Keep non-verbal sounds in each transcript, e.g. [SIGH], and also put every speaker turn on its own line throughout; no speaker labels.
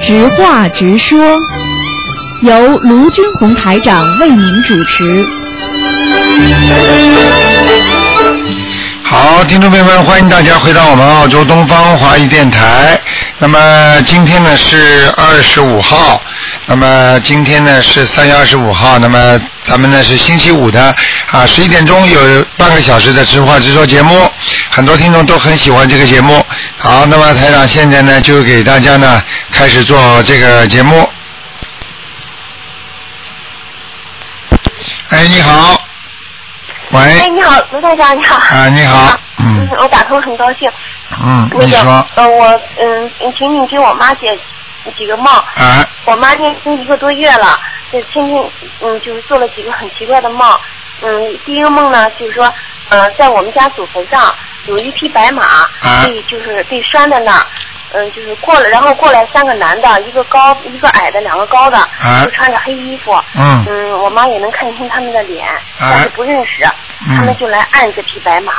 直话直说，由卢军红台长为您主持。
好，听众朋友们，欢迎大家回到我们澳洲东方华语电台。那么今天呢是二十五号，那么今天呢是三月二十五号，那么咱们呢是星期五的啊，十一点钟有半个小时的直话直说节目，很多听众都很喜欢这个节目。好，那么台长现在呢就给大家呢开始做这个节目。哎，你好，喂。
哎，你好，卢台长，你好。
啊你好嗯
嗯，我打通很高兴。
嗯，
那
你
个
说，
呃，我嗯，请你给我妈解几个梦。
啊，
我妈念经一个多月了，就天天嗯，就是做了几个很奇怪的梦。嗯，第一个梦呢，就是说，呃，在我们家祖坟上有一匹白马
啊
被就是被拴在那儿，嗯，就是过了，然后过来三个男的，一个高一个矮的，两个高的，
啊
就穿着黑衣服。
嗯哎
嗯，我妈也能看清他们的脸，但是不认识。
嗯
他们就来按这匹白马，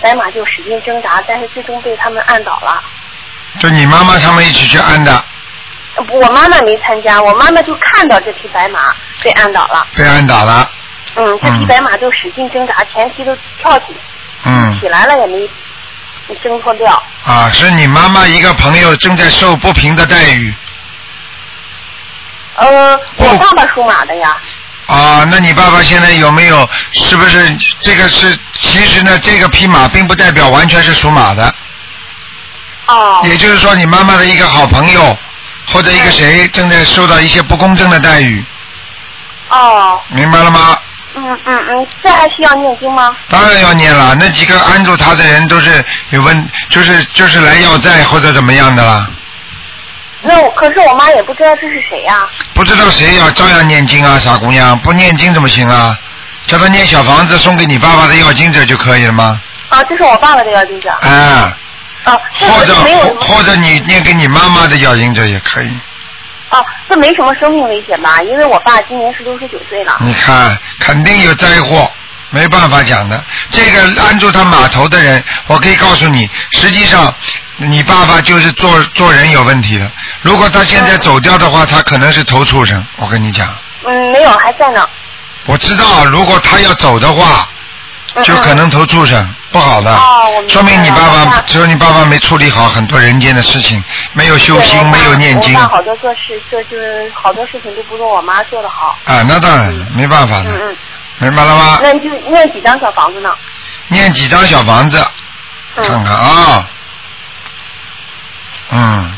白马就使劲挣扎，但是最终被他们按倒了。
就你妈妈他们一起去安的，
呃不我妈妈没参加，我妈妈就看到这匹白马被按倒了。
被安打了，
嗯，这匹
嗯
白马就使劲挣扎，前蹄都跳起
嗯
起，来了也没挣脱掉。
啊，是你妈妈一个朋友正在受不平的待遇
呃，
哦
我爸爸属马的呀，
啊，那你爸爸现在有没有？是不是这个是？其实呢，这个匹马并不代表完全是属马的，
哦，
也就是说，你妈妈的一个好朋友或者一个谁正在受到一些不公正的待遇，
哦，
明白了吗？
嗯嗯嗯，这还需要念经吗？
当然要念了，那几个安住他的人都是有问，就是就是来要债或者怎么样的啦。
那我可是我妈也不知道这是谁呀、
不知道谁要照样念经啊，傻姑娘，不念经怎么行啊？叫他念小房子送给你爸爸的要经者就可以了吗？
啊。这是我爸爸的要经者。
啊，
啊，这
或者
这没有什么
或者你念给你妈妈的要经者也可以。
哦，这没什么生命危险吧？因为我爸今年是六十九岁了。
你看，肯定有灾祸，没办法讲的。这个按住他码头的人，我可以告诉你，实际上你爸爸就是做做人有问题了。如果他现在走掉的话，他可能是头畜生。我跟你讲，
嗯，没有，还在呢。
我知道，如果他要走的话，
嗯
就可能投畜生，不好的。
哦我明白了
说明你爸爸
我爸，
说明你爸爸没处理好很多人间的事情，没有
对
修心
我，爸
没有念经
嗯我爸
啊，
好多做事，这就是好多事情都不如我妈做的好。
啊那当然了，没办法
嗯
的，
嗯，
明白了吗？
那就念几张小房子呢？
念几张小房子，
嗯
看看啊，嗯，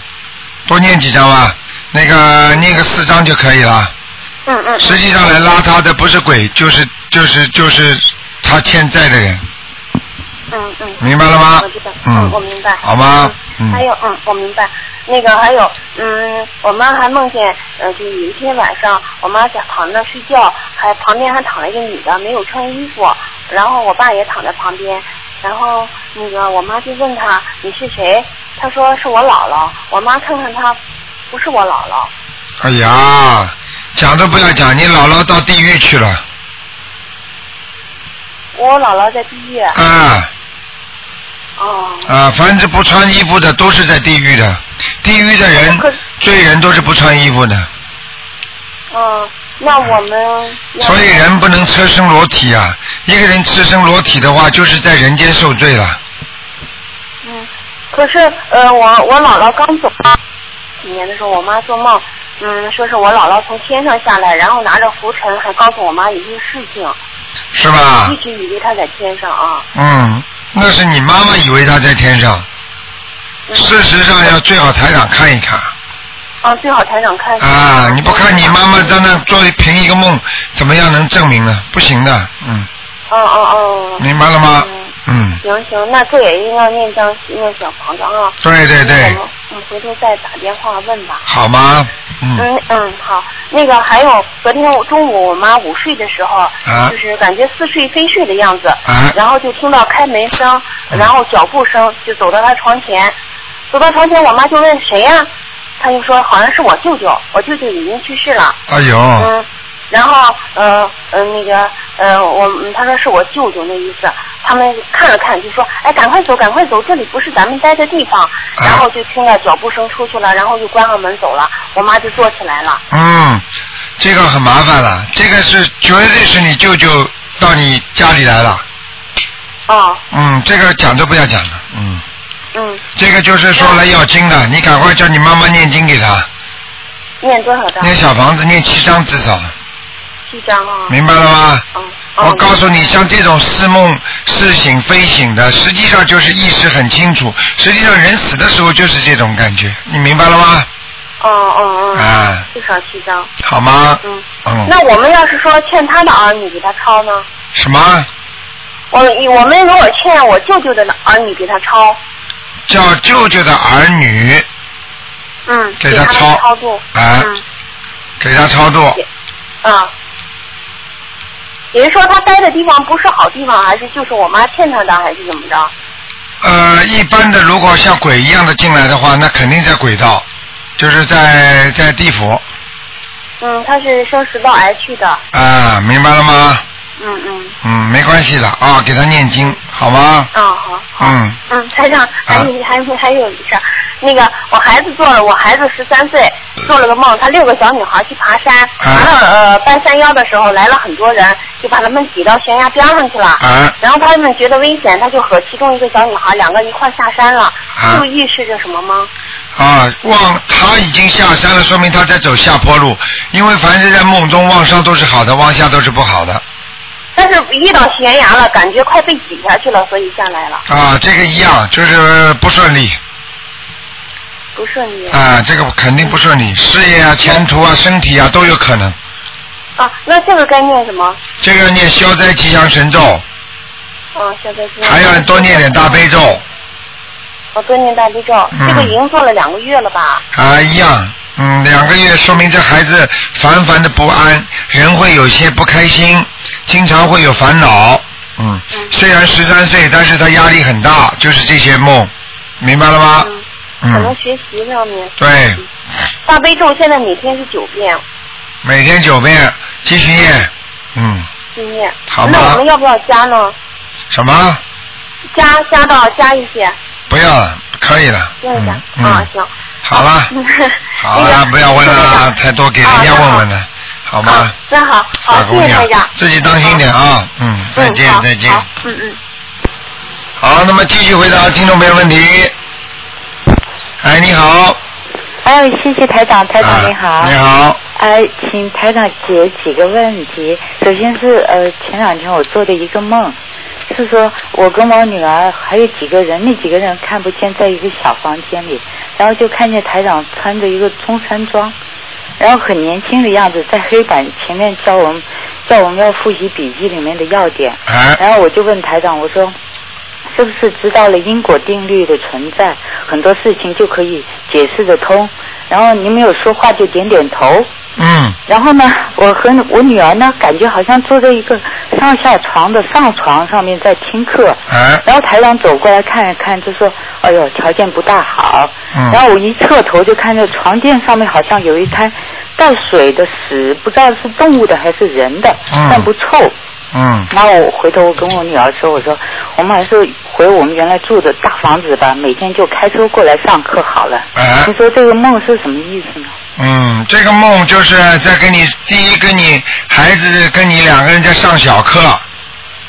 多念几张吧，那个念个四张就可以了。
嗯嗯
实际上来拉他的不是鬼，就是就是就是他欠债的人，
嗯嗯。
明白了吗
我知道？，哦
嗯，
我明白。
好吗？
嗯
嗯，
还有，嗯，我明白。那个还有，嗯，我妈还梦见，呃，就有一天晚上，我妈在躺那睡觉，还旁边还躺了一个女的，没有穿衣服，然后我爸也躺在旁边，然后那个我妈就问他你是谁？他说是我姥姥。我妈看看他，不是我姥姥。
哎呀，讲都不要讲，你姥姥到地狱去了
我姥姥在地狱。
啊
哦。
啊！凡是不穿衣服的都是在地狱的，地狱的人
可是
罪人都是不穿衣服的，
嗯，那我们要。
所以人不能赤身裸体啊！一个人赤身裸体的话，就是在人间受罪了。
嗯，可是呃，我我姥姥刚走几年的时候，我妈做梦，嗯，说是我姥姥从天上下来，然后拿着拂尘，还告诉我妈一些事情，
啊是吧
一？直以为她在天上啊。
嗯，那是你妈妈以为她在天上，
嗯
事实上要最好台长看一看
啊，最好台长看一下。
啊！你不看你妈妈在那做凭一个梦，怎么样能证明呢？不行的，嗯，
哦哦哦。
明白了吗？嗯
行行，那这也应该念张念小房子啊。
对对对
那我们嗯，回头再打电话问吧。
好吗？嗯，
嗯嗯，好。那个还有，昨天我中午我妈午睡的时候，
啊
就是感觉似睡非睡的样子，
啊
然后就听到开门声，然后脚步声，就走到她床前。走到床前，我妈就问谁呀、她就说好像是我舅舅，我舅舅已经去世了。
哎呦，
嗯，然后，呃，呃，那个，呃，我嗯他说是我舅舅那意思，他们看了看就说，哎，赶快走，赶快走，这里不是咱们待的地
啊
方。然后就听到脚步声出去了，然后就关上门走了，我妈就坐起来了。
嗯，这个很麻烦了，这个是绝对是你舅舅到你家里来了。
哦，
嗯，这个讲都不要讲了，嗯，
嗯，
这个就是说来要经的，你赶快叫你妈妈念经给他，
念多少张？
念小房子念七张至少，
七张啊。
明白了吗？
嗯。
我
哦
告诉你，像这种似梦似醒非醒的，实际上就是意识很清楚，实际上人死的时候就是这种感觉，你明白了吗？
哦哦哦，
啊，
至少七张。
好吗？
嗯，
嗯，
那我们要是说欠他的儿女给他抄呢？
什么
我我们如果欠我舅舅的儿女给他抄，
叫舅舅的儿女
嗯，
给
给
他
们
抄
超度，
啊
嗯，
给他超度，
啊，也是说他待的地方不是好地方，还是就是我妈欠他的，还是怎么着？
呃，一般的如果像鬼一样的进来的话，那肯定在轨道，就是在在地府
嗯，他是生食道癌去的，
啊，明白了吗？
嗯嗯，
嗯，没关系的啊，给他念经好吗？
啊好，
嗯，
嗯，台长，还有、还有还有一事儿，那个我孩子做了，我孩子十三岁做了个梦，他六个小女孩去爬
啊
山，完了呃搬山腰的时候来了很多人，就把他们挤到悬崖边上去了。
啊，
然后他们觉得危险，他就和其中一个小女孩两个一块下山了，
啊
就预示着什么吗？
啊，往他已经下山了，说明他在走下坡路，因为凡是在梦中往上都是好的，往下都是不好的
但是遇到悬崖了，感觉快被挤下去了，所以下来了，
啊，这个一样就是不顺利
不顺利。
啊，这个肯定不顺利，事业啊、前途啊、身体啊都有可能。
啊，那这个该念什么？
这个念消灾吉祥神咒，
嗯，现在
还要多念点大悲咒
我多念大悲咒，
嗯
这个已经做了两个月了吧？
啊，一样。嗯，两个月说明这孩子烦烦的不安，人会有些不开心，经常会有烦恼。嗯，
嗯
虽然十三岁，但是他压力很大，就是这些梦，明白了吗？
嗯，可能
嗯，
学习上面。
对，
大悲咒现在每天是九遍，
每天九遍，继续念。嗯，
四念。
好吧
那我们要不要加呢？
什么？
加加到加一些，
不要了，可以了。
用一下
嗯。嗯
啊，，行。 [LAUGHS]
好了， [LAUGHS] 好了，不要问了，太多给人家问问
了。
了，好
好
吗？
那好，
傻
好，
姑
谢谢台
娘
长，。
自己当心点啊，嗯，再见
嗯好
再见。
好嗯嗯。
好，那么继续回答听众朋友问题。哎，你好，
哎，谢谢台长，台长
啊
你好。
你好，
哎，请台长解几个问题。首先是呃，前两天我做的一个梦，是说我跟我女儿还有几个人，那几个人看不见，在一个小房间里，然后就看见台长穿着一个中山装，然后很年轻的样子，在黑板前面教我们叫我们要复习笔记里面的要点。
哎，
[LAUGHS] 然后我就问台长，我说是不是知道了因果定律的存在，很多事情就可以解释得通？然后你没有说话就点点头。
嗯，
然后呢，我和我女儿呢，感觉好像坐在一个上下床的上床上面在听课。
哎，
然后台长走过来看了看，就说：“哎呦，条件不大好。
嗯
然后我一侧头就看见床垫上面好像有一滩带水的屎，不知道是动物的还是人的，
嗯
但不臭。
嗯，
然后我回头我跟我女儿说，我说我们还是回我们原来住的大房子吧，每天就开车过来上课好了。
哎
你，说这个梦是什么意思呢？
嗯，这个梦就是在跟你第一跟你孩子跟你两个人在上小课，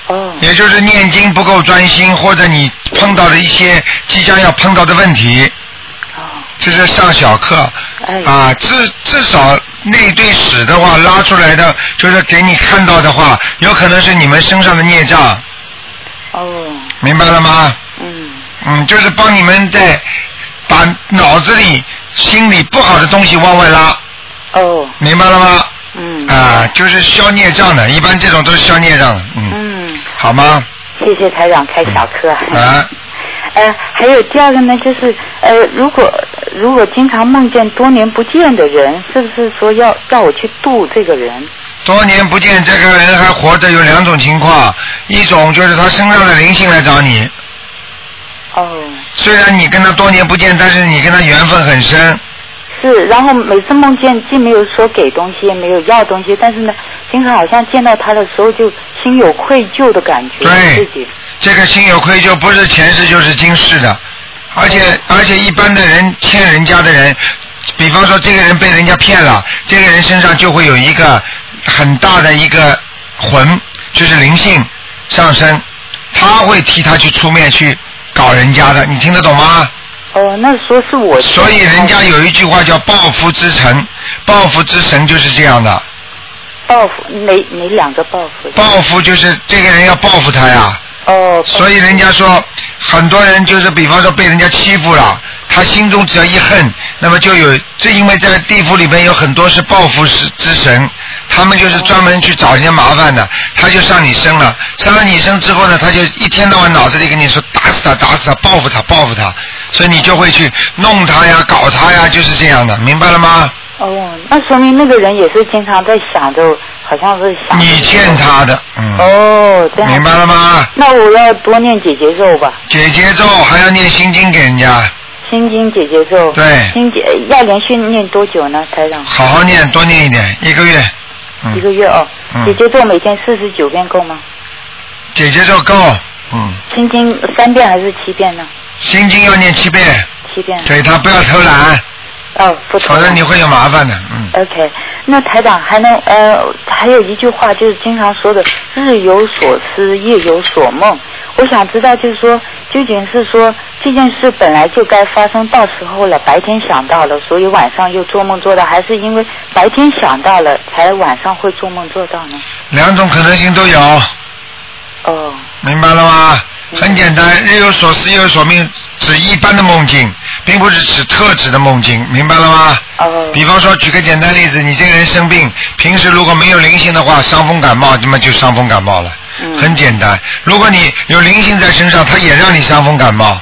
哦，
嗯
也就是念经不够专心，或者你碰到了一些即将要碰到的问题，
哦，
这是上小课
哎，
啊，至至少那对屎的话拉出来的，就是给你看到的话，有可能是你们身上的孽障，
哦，
明白了吗？
嗯，
嗯，就是帮你们在把脑子里、心里不好的东西往外拉，
哦，
明白了吗？
嗯，
啊，就是消孽障的，一般这种都是消孽障的，嗯，
嗯，
好吗？
谢谢台长开小课。
啊，
呃，还有第二个呢，就是呃，如果如果经常梦见多年不见的人，是不是说要要我去度这个人？
多年不见，这个人还活着，有两种情况，一种就是他身上的灵性来找你，
哦，
虽然你跟他多年不见，但是你跟他缘分很深，
是是，然后每次梦见既没有说给东西，也没有要东西，但是呢，经常好像见到他的时候就心有愧疚的感觉，
对
自己
这个心有愧疚，不是前世就是今世的，而且而且一般的人欠人家的人，比方说这个人被人家骗了，这个人身上就会有一个很大的一个魂，就是灵性上升，他会替他去出面去搞人家的，你听得懂吗？
哦，那时候是我，
所以人家有一句话叫报复之神，报复之神就是这样的，
报复，哪哪两个报复？
报复就是这个人要报复他呀。
哦，
所以人家说，很多人就是比方说被人家欺负了，他心中只要一恨，那么就有这，因为在地府里面有很多是报复之之神，他们就是专门去找人家麻烦的，他就上你身了，上了你身之后呢，他就一天到晚脑子里跟你说打死他，打死他，报复他，报复他，所以你就会去弄他呀，搞他呀，就是这样的，明白了吗？
哦，那说明那个人也是经常在想着，好像是想着
你欠他的，嗯，
哦，这样
明白了吗？
那我要多念姐姐咒吧，
姐姐咒还要念心经给人家，
心经姐姐咒。
对
心姐要连续念多久呢，台长？
好好念，多念一点，一个月。嗯
一个月哦。
嗯
姐姐咒每天四十九遍够吗？
姐姐说够，嗯，
心经三遍还是七遍呢？
心经要念七遍，
七遍。
给他不要偷懒，
哦，不同
否
意
则你会有麻烦的，嗯。
OK，那台长还能呃，还有一句话就是经常说的“日有所思，夜有所梦”。我想知道，就是说，究竟是说这件事本来就该发生到时候了，白天想到了，所以晚上又做梦做到，还是因为白天想到了才晚上会做梦做到呢？
两种可能性都有，
哦，
明白了吗？
嗯
很简单，日有所思，夜有所梦，指一般的梦境，并不是指特指的梦境，明白了吗？
哦，
比方说，举个简单例子，你这个人生病，平时如果没有灵性的话，伤风感冒，那么就伤风感冒了，
嗯
很简单。如果你有灵性在身上，它也让你伤风感冒，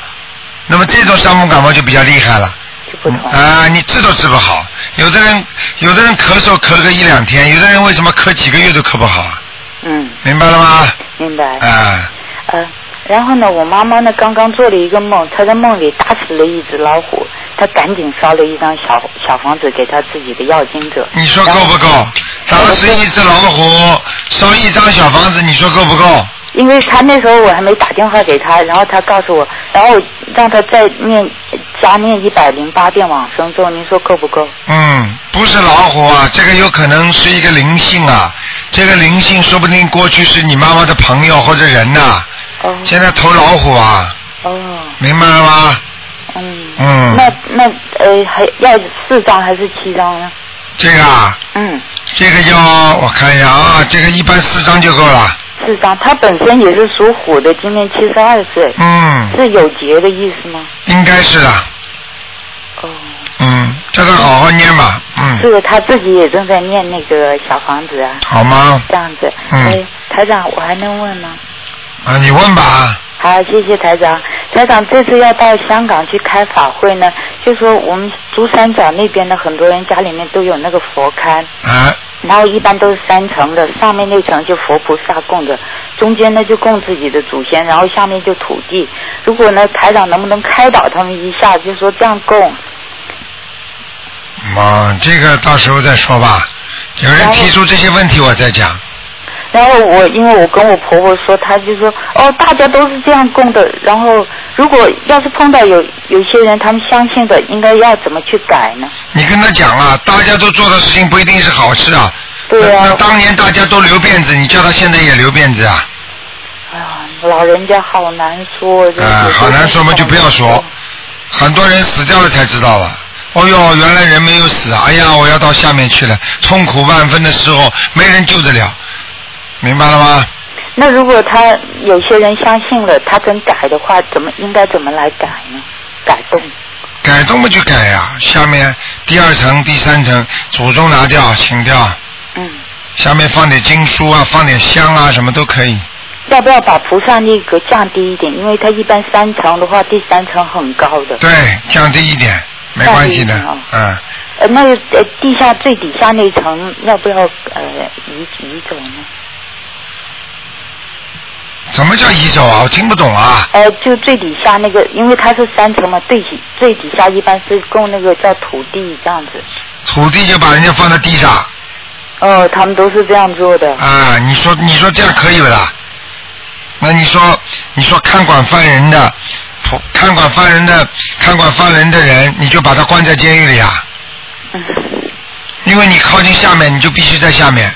那么这种伤风感冒就比较厉害了。
就不同。
啊，你治都治不好。有的人，有的人咳嗽咳个一两天，有的人为什么咳几个月都咳不好啊？
嗯，
明白了吗？
明白。
啊，
呃，然后呢，我妈妈呢刚刚做了一个梦，她在梦里打死了一只老虎，她赶紧烧了一张小小房子给她自己的要经者。
你说够不够？
我
当时一只老虎烧一张小房子，你说够不够？
因为她那时候我还没打电话给她，然后她告诉我，然后我让她再念加念一百零八遍往生咒，您说够不够？
嗯，不是老虎啊，这个有可能是一个灵性啊。这个灵性说不定过去是你妈妈的朋友或者人呐、
哦
现在投老虎啊，
哦，
明白了吗？
嗯，
嗯
那那呃还要四张还是七张呢？
这个啊，
嗯，
这个要我看一下啊，这个一般四张就够了。
四张。她本身也是属虎的，今年七十二岁，
嗯，
是有劫的意思吗？
应该是的，
哦。
嗯，叫他好好念吧，嗯，
是他自己也正在念那个小房子啊，
好吗？
这样子。
嗯
哎，台长，我还能问吗？
啊，你问吧，
好，谢谢台长。台长这次要到香港去开法会呢，就说我们珠三角那边的很多人家里面都有那个佛龛，
啊，
然后一般都是三层的，上面那层就佛菩萨供着，中间呢就供自己的祖先，然后下面就土地。如果呢，台长能不能开导他们一下，就说这样供？
嘛，嗯这个到时候再说吧。有人提出这些问题，我再讲。
然后我因为我跟我婆婆说，她就说哦，大家都是这样供的。然后如果要是碰到有有些人他们相信的，应该要怎么去改呢？
你跟他讲啊，大家都做的事情不一定是好事啊。
对呀、
那那
啊，
当年大家都留辫子，你叫他现在也留辫子啊？
哎呀，老人家好难说。就是
啊，好难说嘛，就不要说。很多人死掉了才知道了。哦哟，原来人没有死啊！哎呀，我要到下面去了，痛苦万分的时候，没人救得了，明白了吗？
那如果他有些人相信了，他肯改的话，怎么应该怎么来改呢？改动。
改动不就改呀、下面第二层、第三层，祖宗拿掉、请掉，
嗯，
下面放点经书啊，放点香啊，什么都可以。
要不要把菩萨那个降低一点？因为他一般三层的话，第三层很高的。
对，降低一点，没关系的
降低一点啊，
嗯。
呃，那个呃，地下最底下那层要不要呃移移走呢？
怎么叫移走啊？我听不懂啊。
呃，就最底下那个，因为它是三层嘛，最底最底下一般是供那个叫土地这样子。
土地就把人家放在地上
哦，他们都是这样做的。
啊！你说你说这样可以不啦？那你说你说看管犯人的，普看管犯人的看管犯人的人，你就把他关在监狱里啊？
嗯，
因为你靠近下面，你就必须在下面，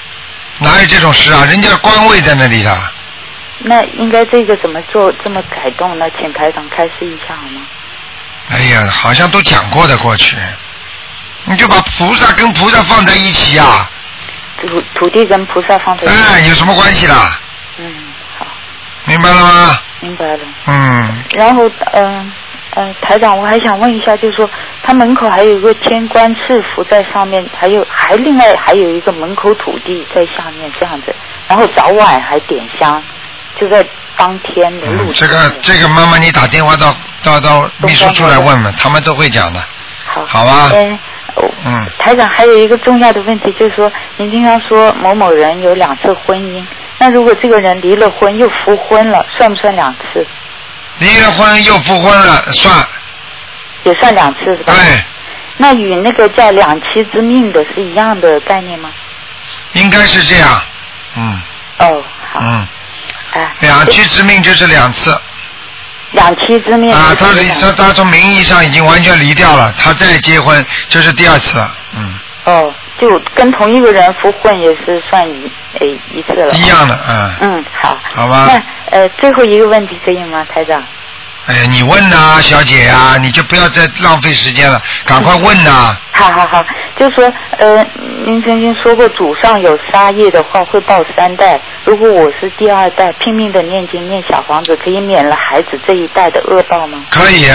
哪有这种事啊？人家官位在那里的，
[LAUGHS] 那应该这个怎么做？这么改动呢？请台长开示一下好吗？
哎呀，好像都讲过的过去，你就把菩萨跟菩萨放在一起呀、啊，
土土地跟菩萨放在一起。
哎，有什么关系啦？
嗯，好，
明白了吗？
明白了。
嗯，
然后，嗯、嗯、台长，我还想问一下，就是说，他门口还有一个天官赐福在上面，还有还另外还有一个门口土地在下面这样子，然后早晚还点香，就在当天的路上、
嗯这个这个妈妈，你打电话到到到秘书处来问问，他们都会讲的。
好，
好啊吧
嗯，我
嗯
台长还有一个重要的问题，就是说，您经常说某某人有两次婚姻，那如果这个人离了婚又复婚了，算不算两次？
离了婚又复婚了，算，
也算两次是吧？
哎，
那与那个叫两妻之命的是一样的概念吗？
应该是这样。嗯
哦，好，
嗯，
哎，
两妻之命就是两次
两妻之命
啊，他
嗯是
离
两
他他从名义上已经完全离掉了，他再结婚就是第二次了，嗯，
哦，就跟同一个人复婚也是算一诶一次了。
一样的，嗯，
嗯，好。
好吧
那呃，最后一个问题可以吗，台长？
哎呀，你问呐、小姐呀、你就不要再浪费时间了，赶快问呐、
好好好，就说呃，您曾经说过祖上有杀业的话会报三代，如果我是第二代，拼命的念经念小房子，可以免了孩子这一代的恶报吗？
可以，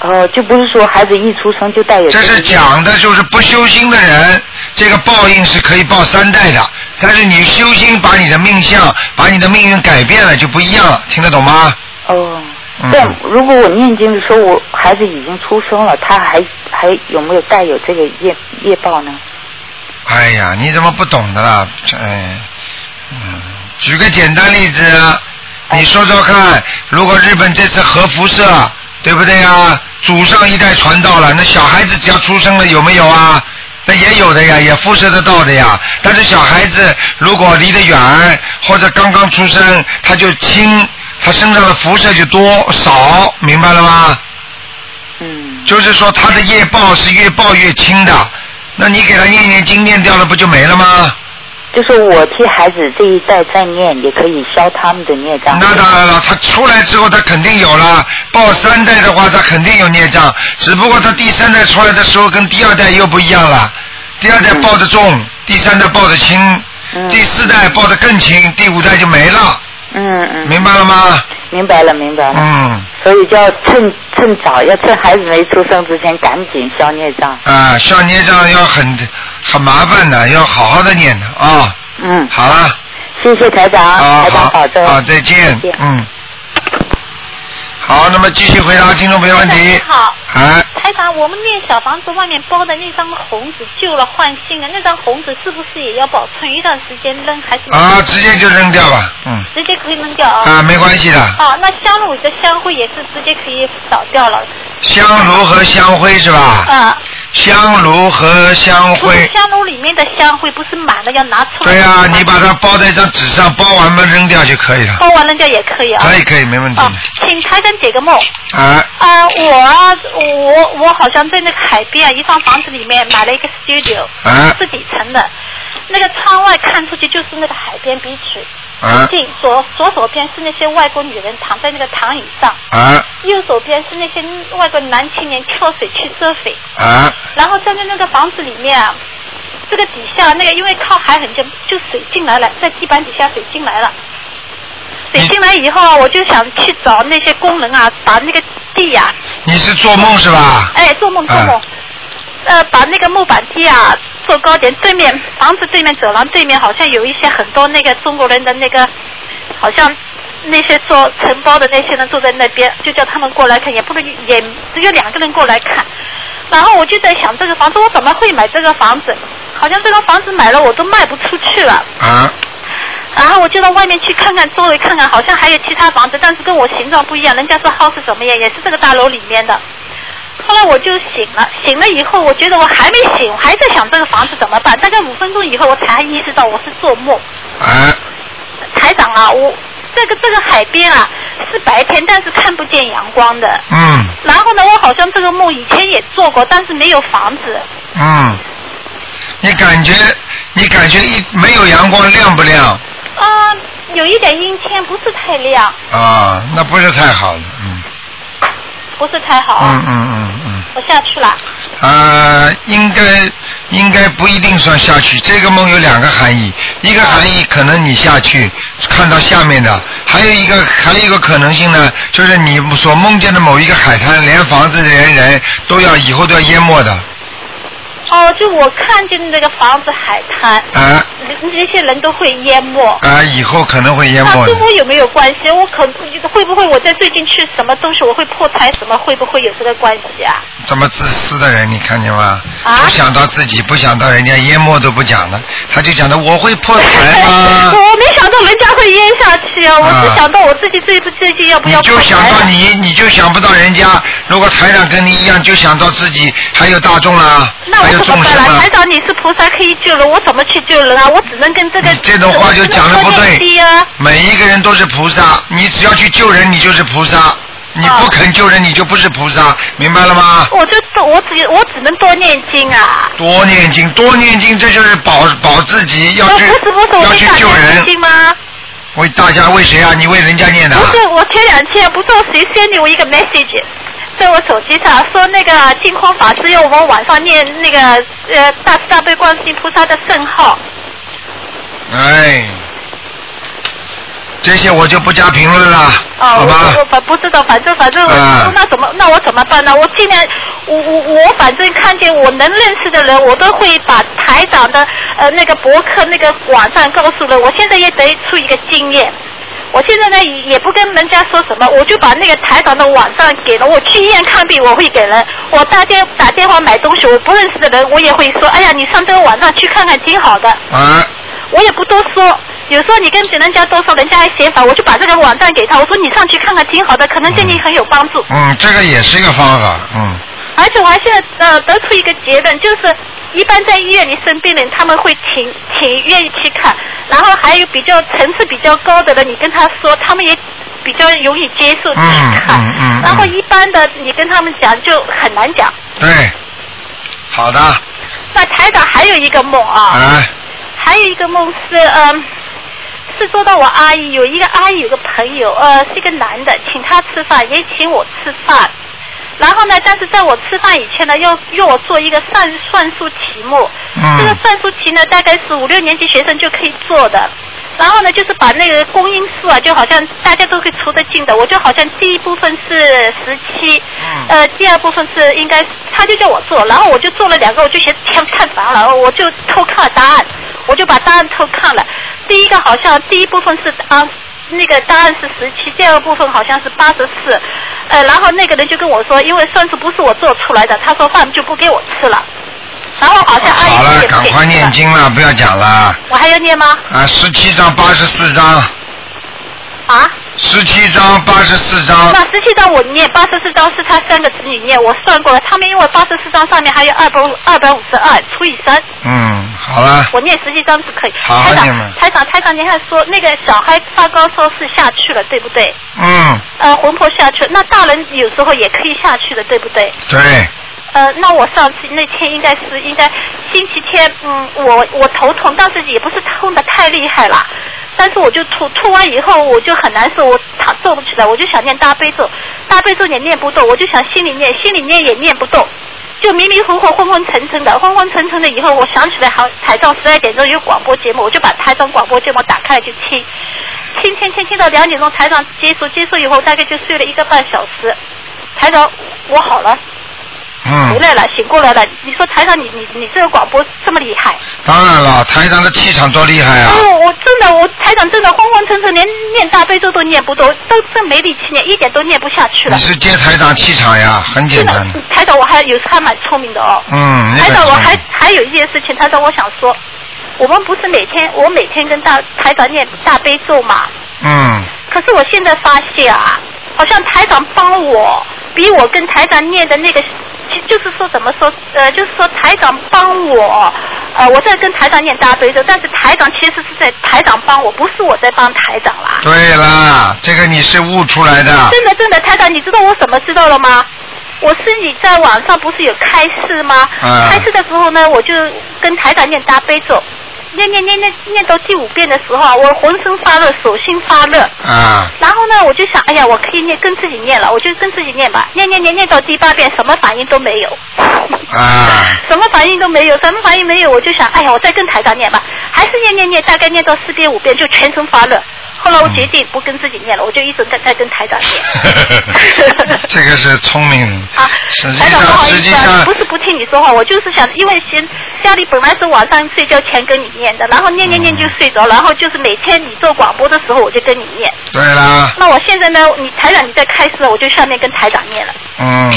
哦，就不是说孩子一出生就带有
这是
个业
讲的就是不修心的人，这个报应是可以报三代的，但是你修心把你的命相，把你的命运改变了就不一样了，听得懂吗？
哦。
嗯
但如果我念经的时候，我孩子已经出生了，他还还有没有带有这个业业报呢？
哎呀，你怎么不懂的啦？这哎，嗯，举个简单例子，啊
哎
你说说看，如果日本这次核辐射，对不对啊？祖上一代传到了，那小孩子只要出生了，有没有啊？那也有的呀，也辐射得到的呀。但是小孩子如果离得远，或者刚刚出生，他就轻，他身上的辐射就多少，明白了吗？
嗯，
就是说他的业报是越报越轻的，那你给他念念经念掉了，不就没了吗？
就是我替孩子这一代在念，也可以消他们的孽障。
那当然了，他出来之后他肯定有了，报三代的话他肯定有孽障，只不过他第三代出来的时候跟第二代又不一样了，第二代报的重，第三代报的轻，
嗯
第四代报的更轻，第五代就没了，
嗯嗯，
明白了吗？
明白了明白了。
嗯，
所以就要趁趁早，要趁孩子没出生之前赶紧消孽障。
啊，像孽障要很很麻烦的，要好好的念的啊。
嗯，
好了。
谢谢台长，
啊好
台长保重。
啊，再见
再见。
嗯。好，那么继续回答听众朋友问题
你。好，
哎，
台长，我们念小房子外面包的那张红纸旧了换新的，那张红纸是不是也要保存一段时间扔？还是
啊，直接就扔掉吧，嗯，
直接可以扔掉啊？
啊，没关系的。
哦，那香炉里的香灰也是直接可以扫掉了。
香炉和香灰是吧？
啊，
香炉和香
不是
灰，
香炉里面的香灰，不是满的要拿出来。
对呀、你把它包在一张纸上，包完嘛扔掉就可以了。
包完扔掉也可以啊。
可以嗯可以，没问题
啊，请台长解个梦。
的。啊，
啊，我啊，我我好像在那个海边啊，一幢房子里面买了一个 studio，
啊
是几层的，那个窗外看出去就是那个海边 beach，
啊
近左左手边是那些外国女人躺在那个躺椅上，
啊
右手边是那些外国男青年跳水去 surfing，
啊
然后站在那个房子里面啊，这个底下那个因为靠海很近，就水进来了，在地板底下水进来了。水进来以后啊，我就想去找那些工人啊，把那个地呀、
你是做梦是吧？
哎，做梦做梦
啊，
呃，把那个木板梯啊做高点，对面房子对面走廊对面好像有一些很多那个中国人的那个，好像那些做承包的那些人坐在那边，就叫他们过来看，也不能也只有两个人过来看。然后我就在想，这个房子我怎么会买这个房子？好像这个房子买了我都卖不出去了。
啊
然后我就到外面去看看，周围看看，好像还有其他房子，但是跟我形状不一样。人家说 house 怎么样，也是这个大楼里面的。后来我就醒了，醒了以后，我觉得我还没醒，我还在想这个房子怎么办。大概五分钟以后，我才意识到我是做梦。
啊，
台长啊，我这个这个海边啊是白天，但是看不见阳光的。
嗯
然后呢，我好像这个梦以前也做过，但是没有房子。
嗯，你感觉你感觉一没有阳光亮不亮
啊、有一点阴天，不是太亮，
啊？那不是太好了，嗯
不是太好。啊
嗯嗯嗯嗯，
我下去了。
啊，应该应该不一定算下去。这个梦有两个含义，一个含义可能你下去看到下面的，还有一个还有一个可能性呢，就是你所梦见的某一个海滩，连房子、连人都要以后都要淹没的
哦，就我看见那个房子海滩，
啊
那那些人都会淹没。
啊，以后可能会淹
那
没的
跟。我有没有关系？我可会不会我在最近去什么东西，我会破财什么，会不会有这个关系啊？
这么自私的人，你看见吗？
啊
不想到自己，不想到人家淹没都不讲的，他就讲的我会破财吗？
我没想到人家会淹下去啊！我
哎啊
只想到我自己最不最近要不
你
要破
就
财
想
啊
到你，你就想不到人家。如果台长跟你一样，就想到自己，还有大众啦、
那
还
我
有
怎
众
么办
生
啦？
啊
台。长，你是菩萨可以救人，我怎么去救人啊？我只能跟这个
你这种话就讲的不
我只能说
对
念啊。
每一个人都是菩萨，你只要去救人，你就是菩萨。你
啊
不肯救人，你就不是菩萨，明白了吗？
我就我只我只能多念经啊。
多念经，多念经，这就是保保自己，要
呃
去
不是不是，我
要
前
去
两
救
天念
人。
经吗？
为大家为谁啊？你为人家念的啊。
不是，我前两天不知道谁 send 给我一个 message，在我手机上说那个净空法师要我们晚上念那个呃大慈大悲观世音菩萨的圣号。
哎，这些我就不加评论了，
啊，
好
我
吧
我？反不知道，反正反正我、
啊
那怎么那我怎么办呢？我尽量，我我我反正看见我能认识的人，我都会把台长的呃那个博客那个网站告诉了。我现在也得出一个经验。我现在呢也不跟人家说什么，我就把那个台长的网站给了。我去医院看病，我会给人；我打电打电话买东西，我不认识的人，我也会说：哎呀，你上这个网站去看看，挺好的。
啊，
我也不多说。有时候你跟别人家多说，人家还嫌烦，我就把这个网站给他，我说你上去看看，挺好的，可能对你很有帮助。
嗯，这个也是一个方法，嗯，
而且我还现在呃得出一个结论，就是一般在医院里生病的人，他们会请请愿意去看，然后还有比较层次比较高的人，你跟他说，他们也比较容易接受去
嗯
看。
嗯嗯嗯
然后一般的你跟他们讲就很难讲。
对，好的，
啊那台长还有一个梦
啊，
还有一个梦是，嗯，是做到我阿姨有一个阿姨有个朋友，呃，是一个男的，请他吃饭，也请我吃饭。然后呢，但是在我吃饭以前呢，要要我做一个算算术题目。
嗯
[LAUGHS] 这个算术题呢，大概是五六年级学生就可以做的。然后呢，就是把那个公因数啊，就好像大家都可以除得尽的。我就好像第一部分是十七、
嗯
呃，第二部分是应该是，他就叫我做，然后我就做了两个，我就嫌看看烦了，我就偷看了答案，我就把答案偷看了。第一个好像第一部分是啊，那个答案是十七，第二部分好像是八十四，呃，然后那个人就跟我说，因为算术不是我做出来的，他说饭就不给我吃了，然后好像阿
好
姨
了，
也不
赶
给
快
吃
念
了，
经了，不要讲了。
我还要念吗？
啊，十七章、八十四章，
啊？
十七章、八十四章
那，实际上我念八十四章是他三个子女念，我算过了，他们因为八十四章上面还有二百二百五十二除以三，
嗯，好了，
我念十几章是可以。
好
台
你们
长，台长，台长，您还说那个小孩发高烧是下去了，对不对？
嗯，
呃，魂魄下去了，那大人有时候也可以下去的，对不对？
对，
呃，那我上次那天应该是应该星期天，嗯，我我头痛，但是也不是痛的太厉害了，但是我就吐吐完以后我就很难受，我躺坐不起来，我就想念大悲咒，大悲咒也念不动，我就想心里念，心里念也念不动。就迷迷糊糊、昏昏沉沉的，昏昏沉沉的。以后我想起来，好，台上十二点钟有广播节目，我就把台上广播节目打开就听，听听听听到两点钟，台上结束，结束以后大概就睡了一个半小时。台长，我好了。回
嗯，
来了，醒过来了。你说台上你你你这个广播这么厉害？
当然了，台长的气场多厉害啊！
哦，我真的，我台长真的昏昏沉沉，连念大悲咒都念不动，都真没力气念，一点都念不下去了
你。是接台长气场呀，很简
真
单
的
的。，
台长我还有时还蛮聪明的哦。
嗯，那
台
个
长，我
是
还还有一件事情，台长我想说，我们不是每天我每天跟大台长念大悲咒嘛，
嗯，
可是我现在发现啊，好像台长帮我，比我跟台长念的那个，就就是说怎么说，呃，就是说台长帮我，呃，我在跟台长念大悲咒，但是台长其实是在台长帮我，不是我在帮台长啦。
对啦，这个你是悟出来的。
真的真的，台长，你知道我怎么知道了吗？我是你在网上不是有开示吗？
嗯
开示的时候呢，我就跟台长念大悲咒，念念念念念到第五遍的时候啊，我浑身发热，手心发热。
啊，
然后呢，我就想，哎呀，我可以念跟自己念了，我就跟自己念吧，念念念念到第八遍，什么反应都没有，
啊，
[LAUGHS] 什么反应都没有，什么反应没有，我就想，哎呀，我再跟台长念吧，还是念念念，大概念到四遍五遍就全身发热。后来我决定不跟自己念了，我就一直在在跟
[LAUGHS]
台长念。
这个是聪明人。
啊，
实际
台长，不
上，
好
实
意
际
思啊，
上
不，是不听你说话，我就是想，因为先家里本来是晚上睡觉前跟你念的，然后念念念就睡着，然后就是每天你做广播的时候我就跟你念。
对啦，
那我现在呢，你台长你在开始，我就下面跟台长念了。哦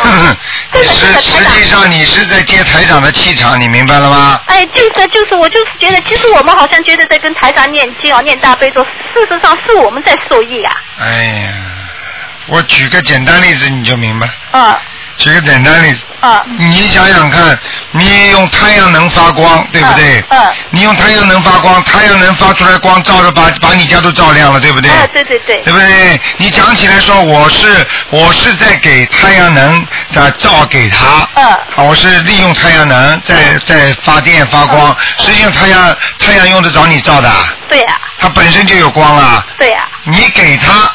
[LAUGHS] 嗯，
这个
实
这个
实
台长
际上你是在接台长的气场，你明白了吗？
哎，就是就是，我就是觉得，其实我们好像觉得在跟台长念经哦，念大悲咒，事实上是我们在受益啊。
哎呀，我举个简单例子你就明白。
嗯
举个简单例子，
嗯
你想想看，你用太阳能发光，对不对？
嗯嗯
你用太阳能发光，太阳能发出来光照着把把你家都照亮了，对不对？
哎，对对对，
对不对？你讲起来说我是我是在给太阳能在照给他，
嗯
啊，我是利用太阳能在在发电发光，
嗯
实际上太阳太阳用得着你照的啊，
对呀、
它本身就有光啊，
对呀、
你给它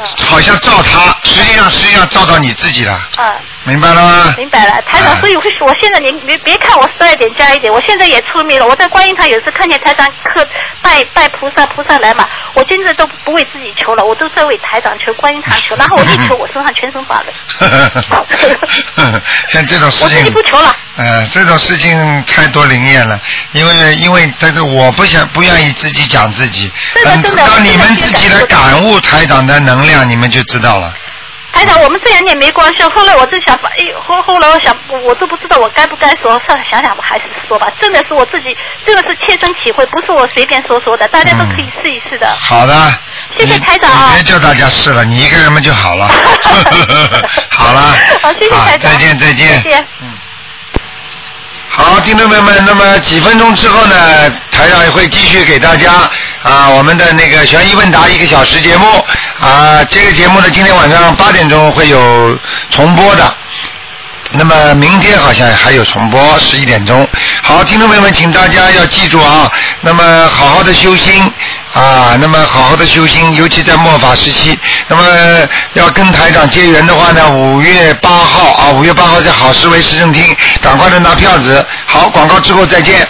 嗯
好像照它，实际上实际上照到你自己了，
嗯。
明白了吗？
明白了，台长，
嗯
所以我我现在你别别看我十二点加一点，我现在也出名了。我在观音堂有时候看见台长磕拜拜菩萨，菩萨来嘛，我现在都不为自己求了，我都在为台长求、观音堂
嗯
求。然后我一求，我身上全身发热，
[LAUGHS] 像这种事
我自己
情
不，求了。
呃，这种事情太多灵验了，因为因为但是我不想不愿意自己讲自己，
真的
嗯
真的
当
我
你
真的
们
觉
自
得
己来
我
感悟台长的能量，你们就知道了。
台长，我们这样念没关系。后来我就想法，哎，后后来我想，我我都不知道我该不该说，算了，想想吧，还是说吧。真的是我自己，这个是切身体会，不是我随便说说的，大家都可以试一试的。
好的，
谢谢
你
台长啊
你别叫大家试了，你一个人嘛就好
[LAUGHS]
了。嗯 [LAUGHS] 好了，
好，谢谢
好
台长，
再见再见。
谢谢。
好，听众朋友们，那么几分钟之后呢，台长也会继续给大家啊我们的那个悬疑问答一个小时节目啊，这个节目呢今天晚上八点钟会有重播的。那么明天好像还有重播，十一点钟。好，听众朋友们，请大家要记住啊，那么好好的修心啊，那么好好的修心，尤其在末法时期。那么要跟台长结缘的话呢，五月八号啊，五月八号在好思维市政厅，赶快的拿票子。好，广告之后再见。